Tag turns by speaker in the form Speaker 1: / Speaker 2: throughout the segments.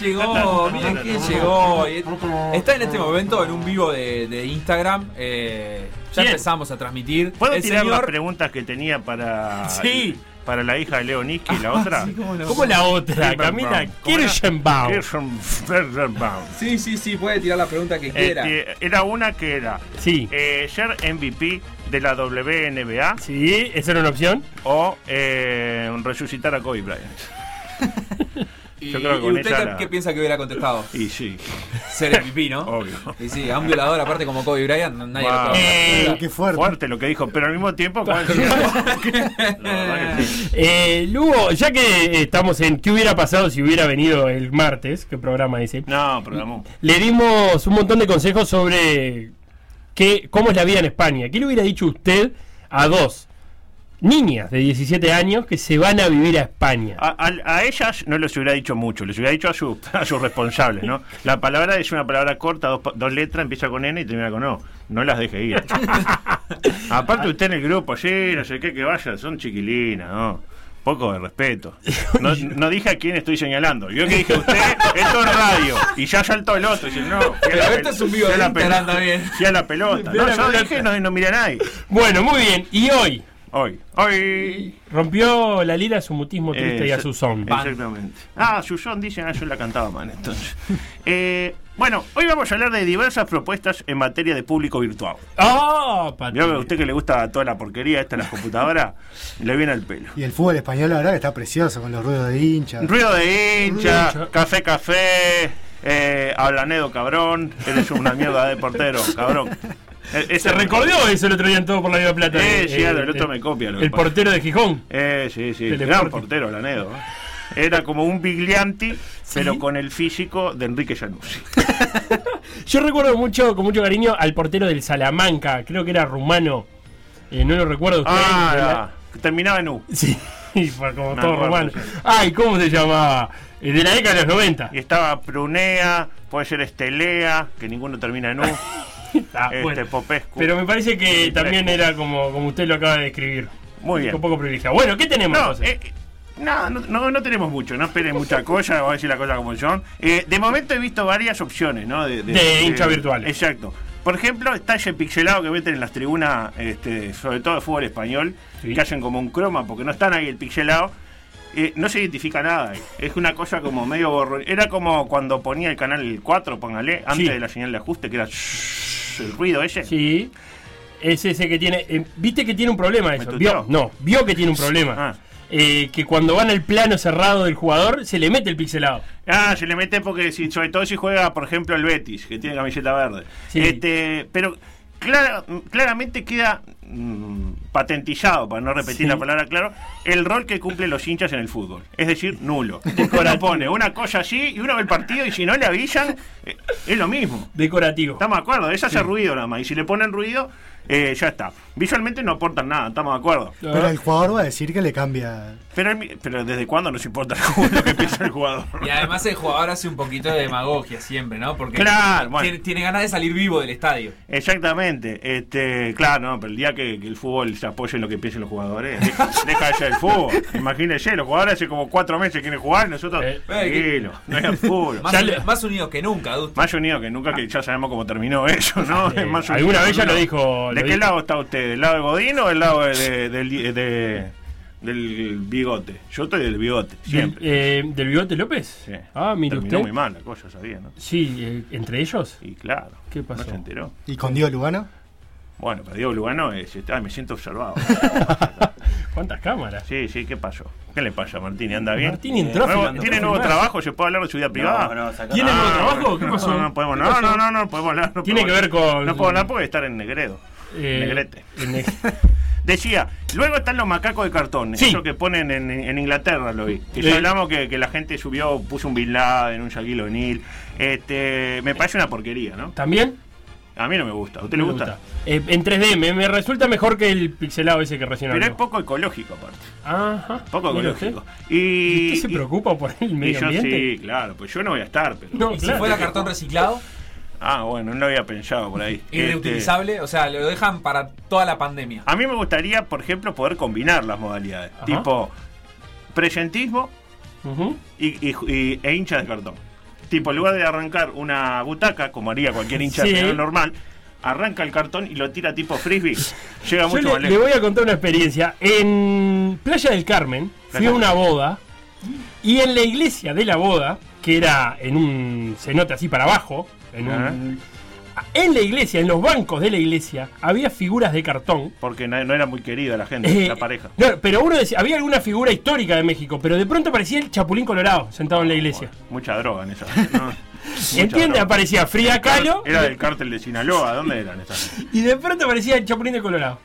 Speaker 1: llegó, miren quién llegó. Está en este momento en un vivo de, de Instagram. eh, ya
Speaker 2: Bien.
Speaker 1: empezamos a transmitir.
Speaker 2: ¿Puedo
Speaker 1: El
Speaker 2: tirar las
Speaker 1: señor-
Speaker 2: preguntas que tenía para,
Speaker 1: Sí. Ah,
Speaker 2: para la hija de Leo Niski y la otra?
Speaker 1: sí, cómo no.
Speaker 3: ¿Cómo la otra? Camila Kirchenbaum.
Speaker 2: Kirchenbaum.
Speaker 1: Sí, sí, sí, puede tirar la pregunta que quiera.
Speaker 2: Este, era una que era
Speaker 3: Sí.
Speaker 2: eh, ser MVP de la WNBA
Speaker 3: Sí, esa era una opción.
Speaker 2: o eh, resucitar a Kobe Bryant.
Speaker 1: Y,
Speaker 2: yo creo que
Speaker 1: y
Speaker 2: con
Speaker 1: usted
Speaker 2: esa
Speaker 1: qué,
Speaker 2: la-
Speaker 1: qué piensa que hubiera contestado?
Speaker 2: Y sí,
Speaker 1: Ser MVP, ¿no?
Speaker 2: obvio.
Speaker 1: Y sí, a un violador aparte como Kobe Bryant, no- nadie
Speaker 2: Wow.
Speaker 1: lo toca.
Speaker 3: Eh,
Speaker 4: Qué fuerte.
Speaker 2: Fuerte lo que dijo, pero al mismo tiempo. Juan, sí, la verdad que sí.
Speaker 3: eh, Lugo, ya que eh, estamos en qué hubiera pasado si hubiera venido el martes, qué programa dice,
Speaker 2: No, programó.
Speaker 3: le dimos un montón de consejos sobre qué, cómo es la vida en España. ¿Qué le hubiera dicho usted a dos niñas de 17 años que se van a vivir a España?
Speaker 2: A, a- a ellas no les hubiera dicho mucho, les hubiera dicho a, su- a sus responsables, ¿no? La palabra es una palabra corta, dos, pa- dos letras, empieza con N y termina con O. No las deje ir. Aparte usted en el grupo, sí, no sé qué, que vaya, son chiquilinas, ¿no? Poco de respeto. No, no dije a quién estoy señalando. Yo que dije a usted, esto es radio. Y ya saltó el otro. y Dice, no, fui a
Speaker 1: Pero
Speaker 2: la
Speaker 1: esto
Speaker 2: pel-
Speaker 1: es un vivo
Speaker 2: fui a
Speaker 1: de
Speaker 2: la
Speaker 1: Instagram
Speaker 2: pelota.
Speaker 1: también.
Speaker 2: Fui a la pelota.
Speaker 3: Fui a
Speaker 2: No,
Speaker 3: la
Speaker 2: yo
Speaker 3: pelota.
Speaker 2: dije, no, no miré a nadie.
Speaker 3: Bueno, muy bien. Y hoy
Speaker 2: Hoy. Hoy.
Speaker 3: rompió la lira su mutismo triste
Speaker 2: Eh,
Speaker 3: y a
Speaker 2: se-
Speaker 3: su son.
Speaker 2: Exactamente. Ah, Susón dicen, ah, yo la cantaba mal entonces. Eh, bueno, hoy vamos a hablar de diversas propuestas en materia de público virtual.
Speaker 3: ¡Ah, Pati!
Speaker 2: Mirá que a usted que le gusta toda la porquería esta de las computadoras, le viene al pelo.
Speaker 4: Y el fútbol español ahora que está precioso con los ruidos de hinchas.
Speaker 2: Ruido de hincha,
Speaker 3: Hincha.
Speaker 2: café café, eh, hablanedo cabrón, eres una mierda de portero, cabrón. Eh, ese
Speaker 3: Se recordó eso el otro día en todo por la Viva Plata.
Speaker 2: Eh, sí, claro, el otro me copia, lo que
Speaker 3: El
Speaker 2: pasa.
Speaker 3: portero de Gijón.
Speaker 2: Eh, sí, sí,
Speaker 3: Del
Speaker 2: gran
Speaker 3: Sporting.
Speaker 2: portero Lanedo. ¿eh? Era como un Biglianti, pero con el físico de Enrique Giannuzzi.
Speaker 3: Yo recuerdo mucho, con mucho cariño, al portero del Salamanca, creo que era rumano. Eh, no lo recuerdo. usted,
Speaker 2: Ah, terminaba en U.
Speaker 3: ¿verdad? Sí, fue como
Speaker 2: Me
Speaker 3: todo
Speaker 2: acuerdo,
Speaker 3: rumano.
Speaker 2: sí.
Speaker 3: Ay, ¿cómo se llamaba? Eh, De la década de los 90.
Speaker 2: Y estaba Prunea, puede ser Estelea, que ninguno termina en U.
Speaker 3: Ah,
Speaker 2: este,
Speaker 3: bueno.
Speaker 2: Popescu.
Speaker 3: Pero me parece que
Speaker 2: Sí,
Speaker 3: también
Speaker 2: Popescu.
Speaker 3: era como, como usted lo acaba de describir.
Speaker 2: Muy bien.
Speaker 3: Un poco privilegiado. Bueno, ¿qué tenemos?
Speaker 2: No,
Speaker 3: entonces?
Speaker 2: eh, eh, nada, no, no, no tenemos mucho, no esperen mucha cosa, voy a decir la cosa como son. Eh, de momento he visto varias opciones, ¿no? De,
Speaker 3: De hinchas virtuales.
Speaker 2: Exacto. Por ejemplo, está ese pixelado que meten en las tribunas, este, sobre todo de fútbol español,
Speaker 3: Sí.
Speaker 2: que hacen como un croma, porque no están ahí el pixelado. Eh, no se identifica nada, eh. es una cosa como medio borro. Era como cuando ponía el canal 4, póngale, antes
Speaker 3: Sí.
Speaker 2: de la señal de ajuste, que era shhh, el ruido ese.
Speaker 3: Sí. Es ese que tiene. eh, ¿Viste que tiene un problema eso?
Speaker 2: tuteó?
Speaker 3: ¿Vio? No, vio que tiene un problema.
Speaker 2: Ah.
Speaker 3: Eh, que cuando van al plano cerrado del jugador, se le mete el pixelado.
Speaker 2: Ah, se le mete porque si, sobre todo si juega, por ejemplo, el Betis, que tiene camiseta verde.
Speaker 3: Sí.
Speaker 2: Este, pero clara- claramente queda mm, patentizado, para no repetir
Speaker 3: Sí.
Speaker 2: la palabra claro, el rol que cumplen los hinchas en el fútbol. Es decir, nulo. Uno
Speaker 3: Decorativo.
Speaker 2: pone una cosa así y uno ve el partido y si no le avisan, eh, es lo mismo.
Speaker 3: Decorativo.
Speaker 2: Estamos de acuerdo, es hace ruido nada más. Y si le ponen ruido, eh, ya está. Visualmente no aportan nada, estamos de acuerdo.
Speaker 4: Pero el jugador va a decir que le cambia.
Speaker 2: Pero, el mi- pero ¿desde cuándo nos importa lo que piensa el jugador?
Speaker 1: Y además el jugador hace un poquito de demagogia siempre, ¿no? Porque
Speaker 2: Claro, bueno.
Speaker 1: tiene, tiene ganas de salir vivo del estadio.
Speaker 2: Exactamente, este, claro, no, pero el día que, que el fútbol se apoye en lo que piensen los jugadores, deja, deja de ser el fútbol. Imagínense, los jugadores hace como cuatro meses quieren jugar, y nosotros,
Speaker 3: Eh,
Speaker 2: tranquilo, no es fútbol.
Speaker 1: Más,
Speaker 3: Ya le-
Speaker 1: más unidos que nunca, Dusto.
Speaker 2: Más unido que nunca, que ya sabemos cómo terminó eso, ¿no?
Speaker 3: Eh,
Speaker 2: Más unido
Speaker 3: alguna
Speaker 2: que
Speaker 3: vez ya
Speaker 2: nunca.
Speaker 3: lo dijo-
Speaker 2: ¿De
Speaker 3: lo
Speaker 2: qué
Speaker 3: dijo.
Speaker 2: lado está usted? ¿Del lado de Godín o del lado de- de- del, de- del bigote? Yo estoy del bigote,
Speaker 3: Del,
Speaker 2: siempre.
Speaker 3: eh, ¿del bigote López?
Speaker 2: Sí.
Speaker 3: Ah, mire
Speaker 2: Terminó
Speaker 3: usted.
Speaker 2: muy mal la cosa, sabía, ¿no?
Speaker 3: Sí, eh, entre ellos.
Speaker 2: Y claro,
Speaker 3: ¿Qué pasó?
Speaker 2: no se enteró.
Speaker 4: ¿Y con Diego Lugano?
Speaker 2: Bueno, pero Diego Lugano, es, ay, me siento observado.
Speaker 3: ¿Cuántas cámaras?
Speaker 2: Sí, sí, ¿qué pasó? ¿Qué le pasa, Martín? ¿Anda bien?
Speaker 3: Martín entró
Speaker 2: Nuevo-
Speaker 3: filmando.
Speaker 2: ¿Tiene nuevo trabajo? ¿Se puede hablar de su vida privada?
Speaker 3: ¿Tiene
Speaker 2: Ah,
Speaker 3: nuevo trabajo? ¿Qué
Speaker 2: no,
Speaker 3: pasó?
Speaker 2: No, no podemos,
Speaker 3: ¿Qué
Speaker 2: no,
Speaker 3: pasó?
Speaker 2: no, no, no podemos hablar. no
Speaker 3: Tiene
Speaker 2: podemos-
Speaker 3: que ver con-
Speaker 2: No puedo hablar porque estar en Negredo.
Speaker 3: Eh,
Speaker 2: Negrete.
Speaker 3: en el-
Speaker 2: Decía, luego están los macacos de cartón,
Speaker 3: Sí.
Speaker 2: eso que ponen en, en Inglaterra, lo vi. Que
Speaker 3: Eh.
Speaker 2: ya hablamos que, que la gente subió, puso un Bin Laden, un Shaquille O'Neal. Este, me parece una porquería, ¿no?
Speaker 3: ¿También?
Speaker 2: A mí no me gusta. ¿A usted
Speaker 3: Me
Speaker 2: le gusta?
Speaker 3: Eh, en 3D, me, me resulta mejor que el pixelado ese que recién
Speaker 2: Pero es
Speaker 3: habló.
Speaker 2: poco ecológico, aparte.
Speaker 3: Ajá.
Speaker 2: Poco
Speaker 3: mire
Speaker 2: ecológico.
Speaker 3: usted.
Speaker 2: Y,
Speaker 3: ¿Usted se
Speaker 2: y-
Speaker 3: preocupa por el
Speaker 2: y
Speaker 3: medio
Speaker 2: yo
Speaker 3: ambiente?
Speaker 2: sí, claro, pues yo no voy a estar, pero.
Speaker 3: No,
Speaker 1: Y si
Speaker 3: claro.
Speaker 1: fuera cartón reciclado
Speaker 2: Ah, bueno, no lo había pensado por ahí.
Speaker 1: y
Speaker 2: Este,
Speaker 1: reutilizable, o sea, lo dejan para toda la pandemia.
Speaker 2: a mí me gustaría, por ejemplo, poder combinar las modalidades.
Speaker 3: Ajá.
Speaker 2: Tipo, presentismo
Speaker 3: Ujú.
Speaker 2: y, y- y- e hinchas de cartón. Tipo, en lugar de arrancar una butaca, como haría cualquier hincha
Speaker 3: Sí.
Speaker 2: de Peñarol normal, arranca el cartón y lo tira tipo frisbee. Llega
Speaker 3: Yo
Speaker 2: mucho
Speaker 3: le,
Speaker 2: más
Speaker 3: le
Speaker 2: lejos.
Speaker 3: voy a contar una experiencia. En Playa del Carmen fui a una boda y en la iglesia de la boda, que era en un cenote así para abajo, en,
Speaker 2: ¿eh?
Speaker 3: un- en la iglesia, en los bancos de la iglesia, había figuras de cartón.
Speaker 2: Porque no, no era muy querida la gente,
Speaker 3: Eh,
Speaker 2: la pareja.
Speaker 3: no, pero uno decía, había alguna figura histórica de México, pero de pronto aparecía el Chapulín Colorado sentado en la iglesia.
Speaker 2: Bueno, mucha droga en esa. ¿no? Mucha
Speaker 3: ¿Entiende?
Speaker 2: droga.
Speaker 3: Aparecía Frida Kahlo
Speaker 2: Era del cártel de Sinaloa, ¿dónde eran esas?
Speaker 3: y de pronto aparecía el Chapulín de Colorado.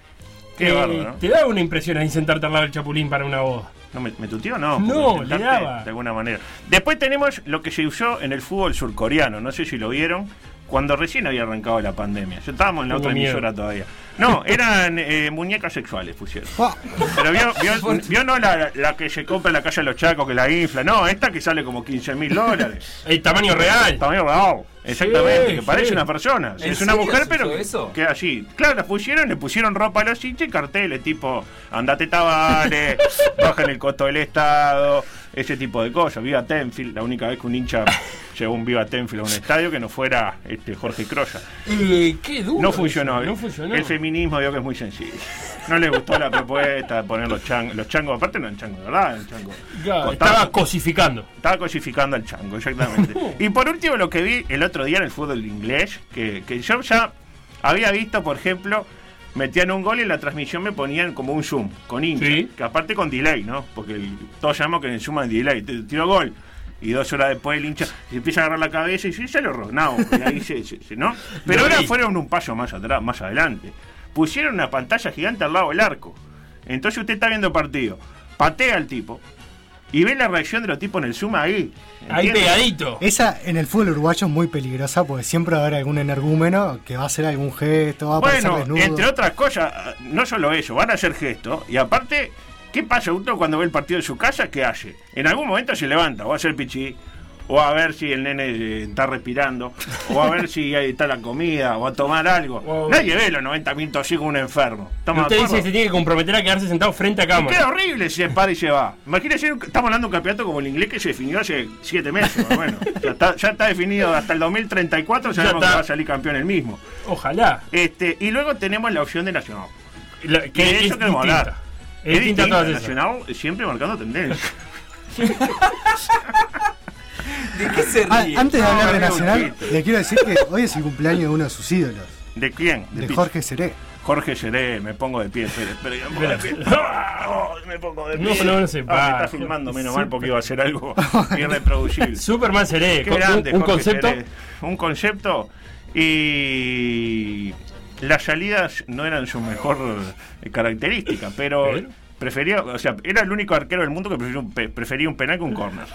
Speaker 2: Qué
Speaker 3: Eh,
Speaker 2: bárbaro.
Speaker 3: Te da una impresión ahí sentarte al lado del Chapulín para una boda.
Speaker 2: ¿No me, me tuteó? No,
Speaker 3: No,
Speaker 2: porque
Speaker 3: le
Speaker 2: sentarte
Speaker 3: daba.
Speaker 2: De alguna manera. Después tenemos lo que se usó en el fútbol surcoreano. No sé si lo vieron. Cuando recién había arrancado la pandemia. Yo estábamos en la
Speaker 3: Tengo
Speaker 2: otra
Speaker 3: miedo.
Speaker 2: emisora todavía. No, eran eh, muñecas sexuales, pusieron.
Speaker 4: Ah,
Speaker 2: Pero vio, vio- vio no la, la que se compra en la calle de los chacos, que la infla. No, esta que sale como 15 mil dólares.
Speaker 3: El Eh, tamaño real.
Speaker 2: Tamaño real. Exactamente,
Speaker 3: Sí,
Speaker 2: que parece
Speaker 3: sí.
Speaker 2: una persona.
Speaker 1: ¿En
Speaker 2: Es una
Speaker 1: serio
Speaker 2: mujer,
Speaker 1: se
Speaker 2: pero
Speaker 1: usó
Speaker 2: que-
Speaker 1: eso?
Speaker 2: que allí. Claro, la pusieron, le pusieron ropa a los hinchas y carteles, tipo, andate Tabares, bajan el costo del Estado, ese tipo de cosas. Viva Tenfield, la única vez que un hincha llevó un Viva Tenfield a un estadio que no fuera este Jorge Croya.
Speaker 3: Eh, qué duro.
Speaker 2: No funcionó.
Speaker 3: No funcionó. ¿eh?
Speaker 2: El feminismo veo que es muy sencillo. No le gustó la propuesta de poner los changos. Los changos, aparte no eran changos, de ¿verdad? Eran changos.
Speaker 3: Ya,
Speaker 2: Con-
Speaker 3: estaba cosificando.
Speaker 2: estaba cosificando al chango, exactamente. y por último, lo que vi el otro día en el fútbol inglés, que, que yo ya había visto, por ejemplo, metían un gol y en la transmisión me ponían como un zoom, con hincha.
Speaker 3: Sí.
Speaker 2: Que aparte con delay, ¿no? Porque el- todos llamamos que en el zoom hay delay. Te- Tiró gol. Y dos horas después el hincha se empieza a agarrar la cabeza y dice, ya lo ronao. Y ahí se- se- se- ¿no? Pero
Speaker 3: Lo
Speaker 2: ahora
Speaker 3: vi.
Speaker 2: fueron un paso más atrás, más adelante. Pusieron una pantalla gigante al lado del arco. Entonces usted está viendo el partido. Patea al tipo, y ve la reacción de los tipos en el Zoom ahí.
Speaker 3: Ahí
Speaker 2: ¿entiendes?
Speaker 3: pegadito.
Speaker 4: Esa en el fútbol uruguayo es muy peligrosa porque siempre va a haber algún energúmeno que va a hacer algún gesto, va a aparecer
Speaker 2: Bueno,
Speaker 4: desnudo.
Speaker 2: entre otras cosas, no solo eso, van a hacer gestos. Y aparte, ¿qué pasa uno cuando ve el partido en su casa? ¿Qué hace? En algún momento se levanta, o a hacer pichí, o a ver si el nene eh, está respirando, o a ver si ahí está la comida, o a tomar algo.
Speaker 3: Wow.
Speaker 2: Nadie ve los 90.000 así como un enfermo. Estamos de
Speaker 3: Usted dice que
Speaker 2: acuerdo?
Speaker 3: se tiene que comprometer a quedarse sentado frente a
Speaker 2: Queda
Speaker 3: cámara.
Speaker 2: horrible si se para y se va. Imagínese, estamos hablando de un campeonato como el inglés que se definió hace 7 meses. más o menos. ya, está, ya está definido hasta el 2034, sabemos que
Speaker 3: está.
Speaker 2: va a salir campeón el mismo.
Speaker 3: Ojalá.
Speaker 2: Este, y luego tenemos la opción de Nacional.
Speaker 3: La-
Speaker 2: Que de eso queremos
Speaker 3: distinta.
Speaker 2: hablar.
Speaker 3: Es distinta a todas esas.
Speaker 2: Nacional siempre marcando tendencia.
Speaker 1: ¿De qué se
Speaker 4: Ah,
Speaker 1: ríe?
Speaker 4: antes de
Speaker 2: No,
Speaker 4: hablar de
Speaker 2: no,
Speaker 4: Nacional,
Speaker 2: no, no.
Speaker 4: le quiero decir que hoy es el cumpleaños de uno de sus ídolos,
Speaker 2: ¿De quién?
Speaker 4: de
Speaker 2: Pichi.
Speaker 4: Jorge Seré.
Speaker 2: Jorge Seré, me pongo de pie. Espera, espera, que me pongo de pie. Ah, me pongo de
Speaker 3: No,
Speaker 2: pie.
Speaker 3: no, no se
Speaker 2: Ah, me
Speaker 3: para.
Speaker 2: está filmando, menos mal, porque
Speaker 3: Súper.
Speaker 2: iba a hacer algo irreproducible.
Speaker 3: Superman seré.
Speaker 2: Qué
Speaker 3: con- un-
Speaker 2: grande,
Speaker 3: un,
Speaker 2: Jorge
Speaker 3: concepto.
Speaker 2: Pérez. Un concepto y las salidas no eran su mejor eh, característica, pero
Speaker 3: Pero.
Speaker 2: prefería, o sea, era el único arquero del mundo que prefería un, pe- prefería un penal que un córner.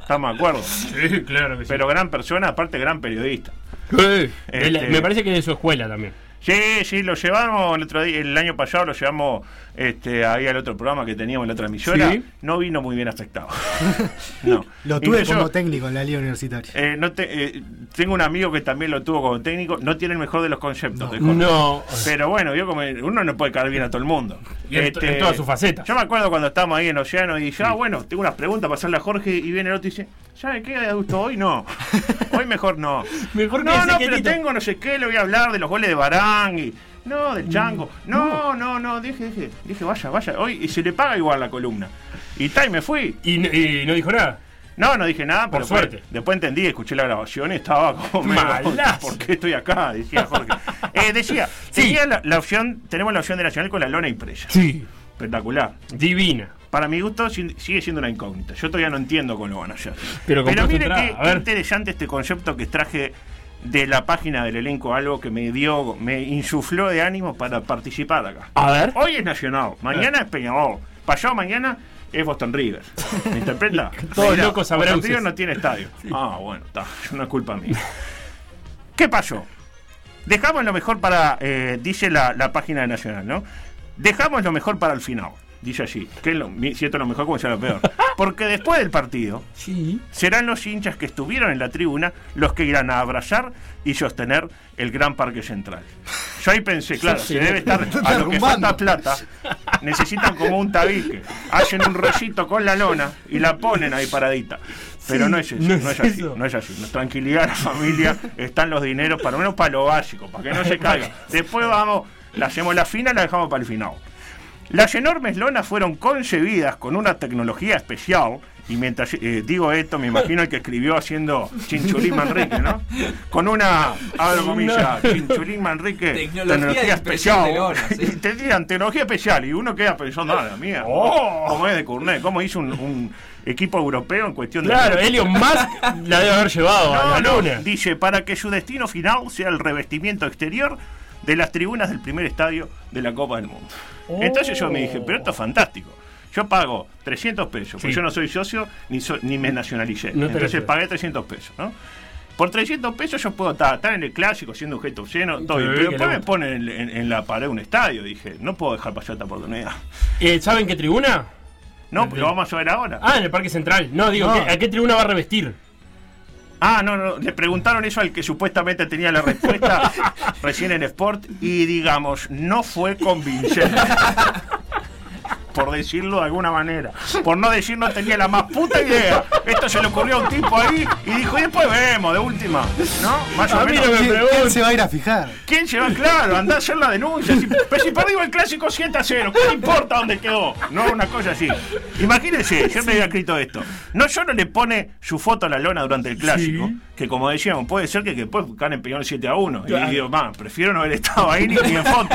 Speaker 2: Estamos de acuerdo.
Speaker 3: Sí, claro que sí.
Speaker 2: Pero gran persona, aparte gran periodista.
Speaker 3: Eh, de la-
Speaker 2: Este-
Speaker 3: Me parece que es de su escuela también.
Speaker 2: Sí, sí, lo llevamos el otro día, el año pasado lo llevamos este, ahí al otro programa que teníamos en la otra emisora.
Speaker 3: Sí.
Speaker 2: No vino muy bien afectado. no.
Speaker 4: Lo tuve
Speaker 2: Incluso-
Speaker 4: como técnico en la Liga Universitaria.
Speaker 2: Eh, no te- eh, tengo un amigo que también lo tuvo como técnico. No tiene el mejor de los conceptos. de Jorge.
Speaker 3: No.
Speaker 2: Pero bueno, vio como uno no puede caer bien a todo el mundo. Este,
Speaker 3: Y en to- en todas sus facetas.
Speaker 2: Yo me acuerdo cuando estábamos ahí en Océano y dije, ah, bueno, tengo unas preguntas para hacerle a Jorge y viene el otro y dice, ¿sabe qué, Augusto? Hoy no. Hoy mejor no.
Speaker 3: Mejor
Speaker 2: no,
Speaker 3: quédese
Speaker 2: no, pero
Speaker 3: quietito.
Speaker 2: tengo no sé qué, le voy a hablar de los goles de Barán y... No,
Speaker 3: Mm.
Speaker 2: del Chango. No, no, no, dije, dije, dije, vaya, vaya. Hoy y se le paga igual la columna. Y tal, y me fui.
Speaker 3: Y, n- y no dijo nada.
Speaker 2: No, no dije nada,
Speaker 3: Por
Speaker 2: pero
Speaker 3: suerte.
Speaker 2: fue- después entendí, escuché la grabación y estaba como medio,
Speaker 3: Malazo.
Speaker 2: ¿Por qué estoy acá? Decía Jorge. Eh, decía,
Speaker 3: Sí.
Speaker 2: tenía la, la opción, tenemos la opción de Nacional con la lona impresa.
Speaker 3: Sí.
Speaker 2: Espectacular.
Speaker 3: Divina.
Speaker 2: Para mi gusto sin- sigue siendo una incógnita. Yo todavía no entiendo cómo lo van a hacer.
Speaker 3: Pero compraste
Speaker 2: mire
Speaker 3: entrada,
Speaker 2: qué,
Speaker 3: a
Speaker 2: qué
Speaker 3: ver.
Speaker 2: interesante este concepto que traje de la página del elenco, algo que me dio, me insufló de ánimo para participar acá.
Speaker 3: A ver.
Speaker 2: Hoy es Nacional, mañana es Peñarol, pasado mañana es Boston River. ¿Me interpreta?
Speaker 3: Todos locos
Speaker 2: Boston
Speaker 3: abrances.
Speaker 2: River no tiene estadio. Ah, bueno, está, no es culpa mía. ¿Qué pasó? Dejamos lo mejor para, eh, dice la, la página de Nacional, ¿no? Dejamos lo mejor para el final. dice allí, que es lo, mi- si esto es lo mejor, como sea lo peor. Porque después del partido,
Speaker 1: Sí.
Speaker 2: serán los hinchas que estuvieron en la tribuna los que irán a abrazar y sostener el gran parque central. Yo ahí pensé, claro,
Speaker 5: Sí, sí.
Speaker 2: se debe estar
Speaker 5: Están
Speaker 2: a lo que
Speaker 5: arrumbando.
Speaker 2: falta plata, necesitan como un tabique, hacen un rollito con la lona y la ponen ahí paradita. Pero
Speaker 3: Sí,
Speaker 2: no es eso,
Speaker 3: no
Speaker 2: no,
Speaker 3: es
Speaker 2: es así,
Speaker 3: eso.
Speaker 2: no es así. Tranquilidad a la familia, están los dineros, para lo menos para lo básico, para que no se caiga. Después vamos, la hacemos la fina, la dejamos para el final. Las enormes lonas fueron concebidas con una tecnología especial, y mientras eh, digo esto me imagino el que escribió haciendo Chinchulín Manrique, ¿no? Con una, abro comillas, Chinchulín Manrique,
Speaker 1: Tecnología
Speaker 2: tecnología,
Speaker 1: de impresión
Speaker 2: especial.
Speaker 1: de lonas, ¿eh?
Speaker 2: Y te tiran tecnología especial y uno queda pensando, ah, la mía,
Speaker 1: Oh.
Speaker 2: ¿cómo es de Cournet? ¿Cómo hizo un, un equipo europeo en cuestión de...
Speaker 3: Claro, Elon Musk la debe haber llevado
Speaker 2: No,
Speaker 3: a la
Speaker 2: no,
Speaker 3: luna.
Speaker 2: Dice, para que su destino final sea el revestimiento exterior de las tribunas del primer estadio de la Copa del Mundo.
Speaker 3: Oh.
Speaker 2: Entonces yo me dije, pero esto es fantástico. Yo pago 300 pesos, porque
Speaker 3: Sí.
Speaker 2: yo no soy socio ni, so- ni me nacionalicé.
Speaker 3: No te
Speaker 2: Entonces
Speaker 3: nacionalicé.
Speaker 2: pagué 300 pesos, ¿no? Por 300 pesos yo puedo estar, estar en el clásico siendo un gesto obsceno, todo bien,
Speaker 3: Sí,
Speaker 2: pero
Speaker 3: que
Speaker 2: después
Speaker 3: le
Speaker 2: me
Speaker 3: gusta.
Speaker 2: ponen en, en- en la pared un estadio. Dije, no puedo dejar pasar esta oportunidad.
Speaker 3: Eh, ¿Saben qué tribuna?
Speaker 2: No, pero lo vamos a ver ahora.
Speaker 3: Ah, en el Parque Central. No, digo,
Speaker 2: No.
Speaker 3: ¿qué- ¿a qué tribuna va a revestir?
Speaker 2: Ah, no, no, le preguntaron eso al que supuestamente tenía la respuesta recién en Sport y digamos, no fue convincente. Por decirlo de alguna manera. Por no decir no tenía la más puta idea. Esto se le ocurrió a un tipo ahí y dijo, y después vemos, de última. ¿No? Más
Speaker 3: A
Speaker 2: o
Speaker 3: mí
Speaker 2: menos.
Speaker 3: no me-
Speaker 2: ¿Quién-
Speaker 4: ¿Quién,
Speaker 3: pregunto.
Speaker 4: quién se va a ir a fijar?
Speaker 2: ¿Quién se va? Claro, anda a hacer la denuncia. Si, pero si perdimos el clásico 7 a 0, ¿qué le importa dónde quedó? No, una cosa así. Imagínense, yo me había escrito esto. No solo le pone su foto a la lona durante el clásico,
Speaker 3: Sí.
Speaker 2: que como decíamos, puede ser que, que después ganen peor 7 a 1. Y digo, man, prefiero no haber estado ahí ni, ni en foto.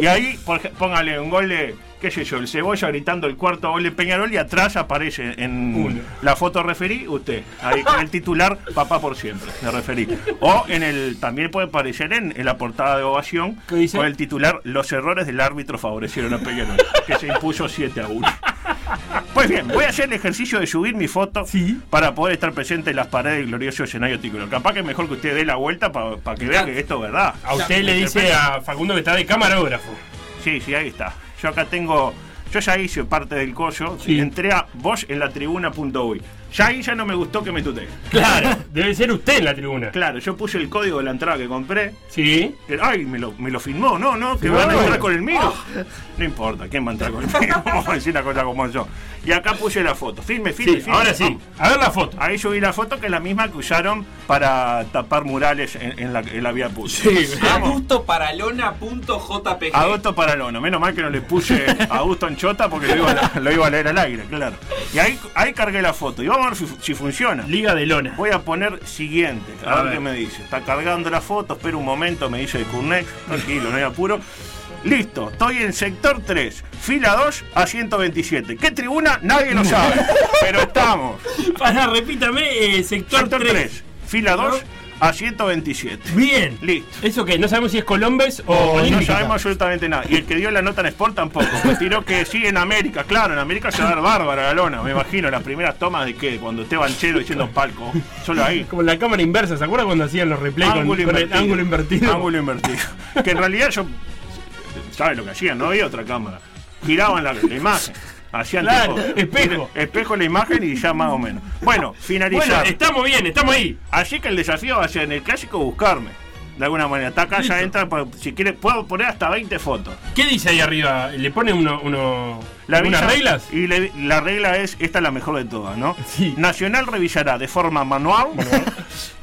Speaker 2: Y ahí, por ej- póngale un gol de, qué sé yo, el cebolla gritando el cuarto gol de Peñarol y atrás aparece en
Speaker 3: Uno.
Speaker 2: la foto referí, usted. Ahí con el titular, papá por siempre, me referí. O en el, también puede aparecer en, en la portada de ovación
Speaker 3: ¿Qué dice?
Speaker 2: con el titular, los errores del árbitro favorecieron a Peñarol, que se impuso 7 a 1. Pues bien, voy a hacer el ejercicio de subir mi foto
Speaker 3: Sí.
Speaker 2: para poder estar presente en las paredes del glorioso escenario título. Capaz que es mejor que usted dé la vuelta para que vea que esto es verdad.
Speaker 3: A usted le dice a Facundo que está de camarógrafo.
Speaker 2: Sí, sí, ahí está. Yo acá tengo. Yo ya hice parte del coso.
Speaker 3: Sí.
Speaker 2: Entré a vos en la tribuna.uy. Ya ahí ya no me gustó que me tutees.
Speaker 3: Claro, debe ser usted en la tribuna.
Speaker 2: Claro, yo puse el código de la entrada que compré.
Speaker 3: Sí.
Speaker 2: que- Ay, me lo, me lo firmó, no, no, que
Speaker 3: Firmó
Speaker 2: van a
Speaker 3: el
Speaker 2: entrar
Speaker 3: código.
Speaker 2: con el mío.
Speaker 3: Ah.
Speaker 2: No importa, ¿quién va a entrar con el mío? Vamos a decir una cosa como yo. Y acá puse la foto. Firme, firme,
Speaker 3: Sí, Ah.
Speaker 2: firme.
Speaker 3: ahora sí.
Speaker 2: Vamos.
Speaker 3: A ver la foto.
Speaker 2: Ahí subí la foto que es la misma que usaron para tapar murales en, en la, en la vía pública.
Speaker 1: Adusto para lona.jpg.
Speaker 2: Agosto para Lono. Menos mal que no le puse Augusto Anchota porque lo iba, a, la- lo iba a leer al aire, claro. Y ahí, ahí cargué la foto. Y vamos a ver si, fu- si funciona.
Speaker 3: Liga de Lona.
Speaker 2: Voy a poner siguiente, a,
Speaker 3: A
Speaker 2: ver,
Speaker 3: ver.
Speaker 2: qué me dice. Está cargando la foto, espera un momento, me dice Curnex. Tranquilo, no hay apuro. Listo, estoy en sector 3, fila 2 a 127. ¿Qué tribuna? Nadie lo sabe, pero estamos.
Speaker 3: Para, repítame, eh, sector
Speaker 2: Sector
Speaker 3: 3.
Speaker 2: 3, fila 2 a 127.
Speaker 3: Bien.
Speaker 2: Listo.
Speaker 3: ¿Eso qué? No sabemos si es Columbus o
Speaker 2: No, no
Speaker 3: Olímpica.
Speaker 2: sabemos absolutamente nada. Y el que dio la nota en Sport tampoco. Me tiró que sí en América. Claro, en América se va a dar bárbara la lona. Me imagino las primeras tomas de que cuando esté Banchero diciendo palco. Solo ahí.
Speaker 3: Como la cámara inversa, ¿se acuerdan cuando hacían los replays con,
Speaker 2: Ángulo
Speaker 3: con el
Speaker 2: invertido.
Speaker 3: ángulo invertido?
Speaker 2: Ángulo invertido. Que en realidad yo. ¿Sabes lo que hacían? No había otra cámara. Giraban la, la imagen. Hacían
Speaker 3: Claro,
Speaker 2: tipo-
Speaker 3: espejo.
Speaker 2: Espejo la imagen y ya más o menos. Bueno, finalizar.
Speaker 3: Bueno, estamos bien, estamos ahí.
Speaker 2: Así que el desafío va a ser en el clásico buscarme. De alguna manera. Está acá, ya entra. por- Si quiere, puedo poner hasta 20 fotos.
Speaker 3: ¿Qué dice ahí arriba? ¿Le pone uno, uno
Speaker 2: La
Speaker 3: algunas
Speaker 2: villa-
Speaker 3: reglas?
Speaker 2: Y le- la regla es, esta es la mejor de todas, ¿no?
Speaker 3: Sí.
Speaker 2: Nacional revisará de forma manual,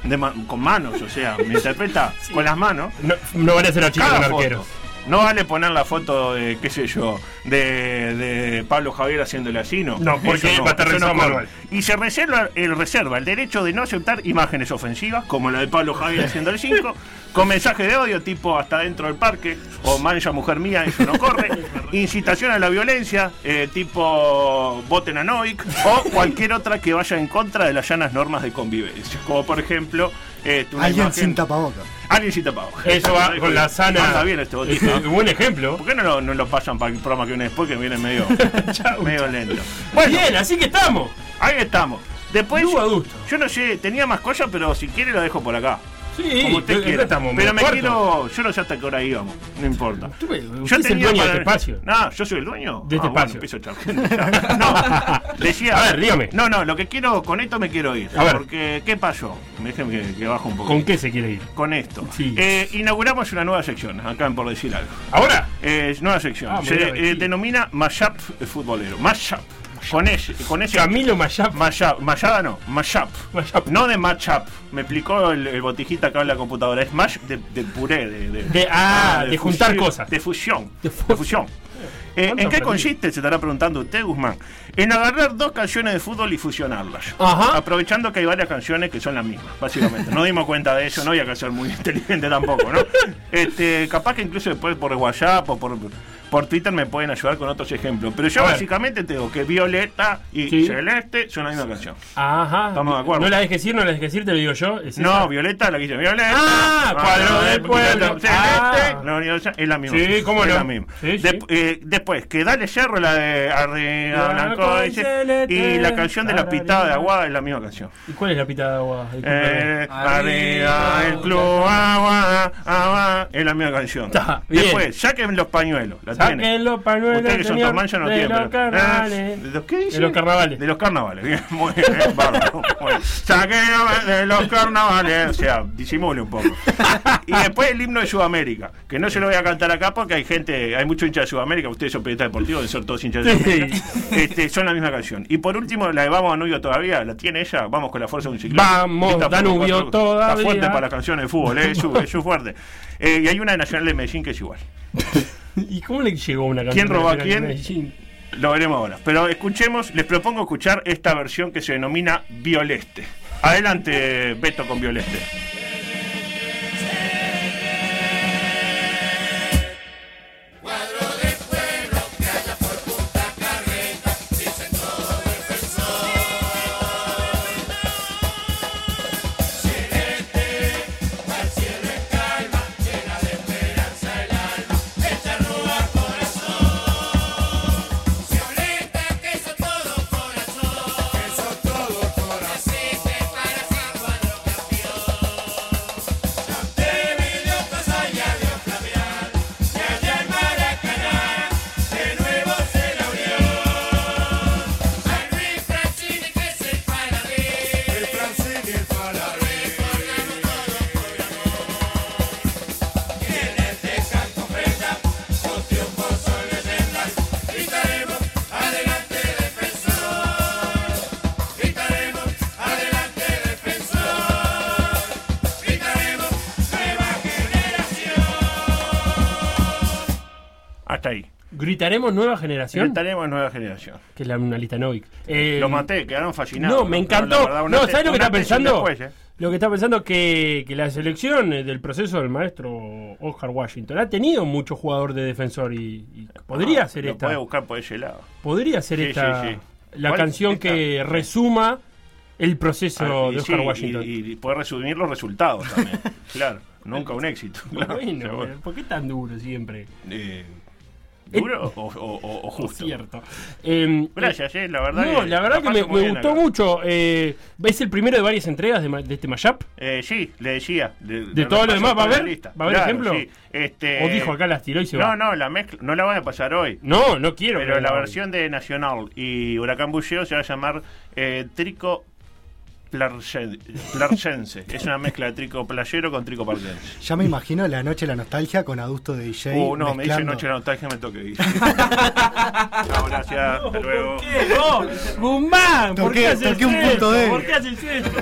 Speaker 2: de ma- con manos, o sea, me interpreta con las manos.
Speaker 3: No, no van a ser chicos
Speaker 2: cada
Speaker 3: con
Speaker 2: foto.
Speaker 3: arqueros.
Speaker 2: No vale poner la foto de, qué sé yo, de, de Pablo Javier haciéndole así, ¿no?
Speaker 3: No, porque
Speaker 2: Eso
Speaker 3: va a estar
Speaker 2: eso
Speaker 3: revisado
Speaker 2: corre.
Speaker 3: manual.
Speaker 2: Y se reserva el, reserva el derecho de no aceptar imágenes ofensivas, como la de Pablo Javier haciendo el 5, con mensaje de odio tipo hasta dentro del parque, o mancha mujer mía, eso no corre, incitación a la violencia, eh, tipo voten a Noik, o cualquier otra que vaya en contra de las llanas normas de convivencia, como por ejemplo... eh, una
Speaker 4: Alguien
Speaker 2: imagen-
Speaker 4: sin tapabocas.
Speaker 2: Alguien sin tapabocas.
Speaker 3: Eso va con la sana.
Speaker 2: Anda bien este botito. ¿eh?
Speaker 3: Buen ejemplo.
Speaker 2: ¿Por qué no lo, no lo pasan para el programa que viene después que viene medio,
Speaker 3: Chau,
Speaker 2: medio lento?
Speaker 3: bien, así que estamos.
Speaker 2: Ahí estamos. Después,
Speaker 3: Lugo Adusto.
Speaker 2: yo no sé, tenía más cosas, pero si quiere lo dejo por acá.
Speaker 3: Sí,
Speaker 2: como usted
Speaker 3: pero-
Speaker 2: quiera.
Speaker 3: estamos
Speaker 2: Pero me
Speaker 3: muertos.
Speaker 2: quiero. Yo no sé hasta qué hora íbamos. No importa.
Speaker 3: Tú, usted es el dueño de este espacio.
Speaker 2: No, yo soy el dueño.
Speaker 3: De este
Speaker 2: Ah, bueno,
Speaker 3: espacio.
Speaker 2: empiezo charlando. no, decía.
Speaker 3: A ver, dígame.
Speaker 2: No, no, lo que quiero. Con esto me quiero ir.
Speaker 3: A ver.
Speaker 2: Porque, ¿qué pasó? Déjeme que, que bajo un poco.
Speaker 3: ¿Con qué se quiere ir?
Speaker 2: Con esto.
Speaker 3: Sí.
Speaker 2: Eh, inauguramos una nueva sección, acá en por decir algo.
Speaker 3: ¿Ahora?
Speaker 2: Eh, nueva sección.
Speaker 3: Ah, me
Speaker 2: Se
Speaker 3: voy a vestir.
Speaker 2: eh, denomina Mashup Futbolero. Mashup. Con ese. Con ese
Speaker 3: Camilo Mayap.
Speaker 2: Mashup, Mayada no, Mashup.
Speaker 3: Mashup.
Speaker 2: No de matchup. Me explicó el, el botijita acá en la computadora. Es mash de, de puré, de,
Speaker 3: De- ah, de juntar
Speaker 2: fusión-
Speaker 3: cosas.
Speaker 2: De fusión. De,
Speaker 3: De fu-
Speaker 2: fusión. Eh, ¿En qué
Speaker 3: ¿Cuánto aprendí?
Speaker 2: consiste? Se estará preguntando usted, Guzmán. En agarrar dos canciones de fútbol y fusionarlas.
Speaker 3: Ajá.
Speaker 2: Aprovechando que hay varias canciones que son las mismas, básicamente. No dimos cuenta de eso, no había que ser muy inteligente tampoco, ¿no? Este, capaz que incluso después por WhatsApp o por, por Twitter me pueden ayudar con otros ejemplos. Pero yo
Speaker 3: A ver.
Speaker 2: básicamente tengo que Violeta y
Speaker 3: Sí.
Speaker 2: Celeste son la misma canción.
Speaker 3: Ajá.
Speaker 2: Estamos de acuerdo.
Speaker 3: No la dejes decir, no la dejes decir, te lo digo yo. es
Speaker 2: No,
Speaker 3: esa.
Speaker 2: Violeta, la que dice Violeta.
Speaker 3: Ah, cuadro del
Speaker 2: de
Speaker 3: pueblo. Ah.
Speaker 2: La universidad es la misma.
Speaker 3: Sí, cómo
Speaker 2: Es
Speaker 3: no.
Speaker 2: la misma.
Speaker 3: Sí, sí.
Speaker 2: Dep- eh, después, que dale cerro la de Arriba Blanco. dice, Y la canción de la pitada de agua es la misma canción.
Speaker 3: ¿Y cuál es la pita de agua? Disculpe.
Speaker 2: Eh, arriba el club agua, agua. Es la misma canción.
Speaker 3: Está, bien.
Speaker 2: Después, saquen los pañuelos. La
Speaker 3: Saquen
Speaker 2: tienen.
Speaker 3: los pañuelos,
Speaker 2: Ustedes que son
Speaker 3: señor,
Speaker 2: tan manchas no
Speaker 3: de
Speaker 2: tienen. pero-
Speaker 3: los
Speaker 2: Ah,
Speaker 3: carnavales.
Speaker 2: ¿De los qué dice?
Speaker 3: De los carnavales.
Speaker 2: De los carnavales. Bien, muy bien. eh, bárbaro. Bueno, Saquen los- de los carnavales. O sea, disimule un poco. Y después el himno de Sudamérica. Que no se lo voy a cantar acá porque hay gente, hay mucho hincha de Sudamérica. Ustedes son periodistas deportivos, deben ser todos hinchas de
Speaker 3: Sí.
Speaker 2: Sudamérica. Este, son la misma canción. Y por último, la de Vamos Danubio todavía, la tiene ella. Vamos con la fuerza de un ciclón.
Speaker 3: Vamos,
Speaker 2: Esta fue
Speaker 3: Danubio,
Speaker 2: cuatro-
Speaker 3: todavía.
Speaker 2: Está fuerte para las canciones de fútbol, eh, es, su, es su fuerte. Eh, y hay una de Nacional de Medellín que es igual.
Speaker 3: ¿Y cómo le llegó una canción?
Speaker 2: ¿Quién robó a
Speaker 3: de
Speaker 2: quién?
Speaker 3: Medellín?
Speaker 2: Lo veremos ahora. Pero escuchemos, les propongo escuchar esta versión que se denomina Violeste. Adelante, Beto con Violeste. Hasta ahí.
Speaker 3: Gritaremos nueva generación.
Speaker 2: Estaremos en nueva generación.
Speaker 3: Que es la, una lista Novik. Eh,
Speaker 2: Lo maté, quedaron fascinados.
Speaker 3: No, me
Speaker 2: la
Speaker 3: encantó.
Speaker 2: verdad, un
Speaker 3: no,
Speaker 2: antes-
Speaker 3: ¿sabes lo que
Speaker 2: un
Speaker 3: está
Speaker 2: antes y un
Speaker 3: pensando?
Speaker 2: después, eh.
Speaker 3: Lo que está pensando que, que la selección eh, del proceso del maestro Oscar Washington ha tenido mucho jugador de defensor y, y podría
Speaker 2: Ah,
Speaker 3: ser
Speaker 2: lo
Speaker 3: esta. Ah,
Speaker 2: puede buscar por ese lado.
Speaker 3: Podría ser
Speaker 2: Sí,
Speaker 3: esta
Speaker 2: sí, sí.
Speaker 3: la
Speaker 2: ¿Cuál?
Speaker 3: canción
Speaker 2: Esta.
Speaker 3: que resuma el proceso
Speaker 2: Ah, y
Speaker 3: de
Speaker 2: sí,
Speaker 3: Oscar Washington.
Speaker 2: Y, y puede resumir los resultados también. claro, nunca un éxito. claro,
Speaker 3: bueno,
Speaker 2: seguro.
Speaker 3: pero ¿por qué tan duro siempre?
Speaker 2: Eh, ¿Duro o, o- o- o justo?
Speaker 3: Cierto. Eh,
Speaker 2: Gracias, eh, la verdad.
Speaker 3: No, la verdad que me,
Speaker 2: paso muy
Speaker 3: me
Speaker 2: bien
Speaker 3: gustó
Speaker 2: acá.
Speaker 3: mucho. eh, es el primero de varias entregas de, ma- de este mashup.
Speaker 2: Eh, sí, le decía. De,
Speaker 3: todo lo demás, ¿va a haber?
Speaker 2: lista.
Speaker 3: ¿Va a haber ejemplo?
Speaker 2: Este,
Speaker 3: o dijo acá las tiró y se
Speaker 2: No,
Speaker 3: va.
Speaker 2: no, la mezcla, no la van a pasar hoy.
Speaker 3: No, no quiero.
Speaker 2: Pero
Speaker 3: que
Speaker 2: la
Speaker 3: no.
Speaker 2: versión de Nacional y Huracán Bulleo se va a llamar eh, Trico Plarsen- Plarsense. es una mezcla de trico playero con trico pardense.
Speaker 4: Ya me imagino la noche de la nostalgia con adusto de DJ.
Speaker 2: Uh, no, me dice
Speaker 4: mezclando.
Speaker 2: noche de nostalgia, me toque. ir. no, gracias, hasta luego.
Speaker 3: No, Guzmán, ¿por
Speaker 4: Toqué-
Speaker 3: qué haces
Speaker 4: toqué un
Speaker 3: esto?
Speaker 4: punto débil.
Speaker 3: ¿Por qué haces esto?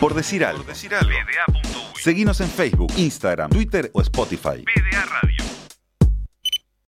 Speaker 5: Por decir algo.
Speaker 6: Por decir algo.
Speaker 7: PDA.uy.
Speaker 6: Seguinos en Facebook, Instagram, Twitter o Spotify.
Speaker 7: PDA Radio.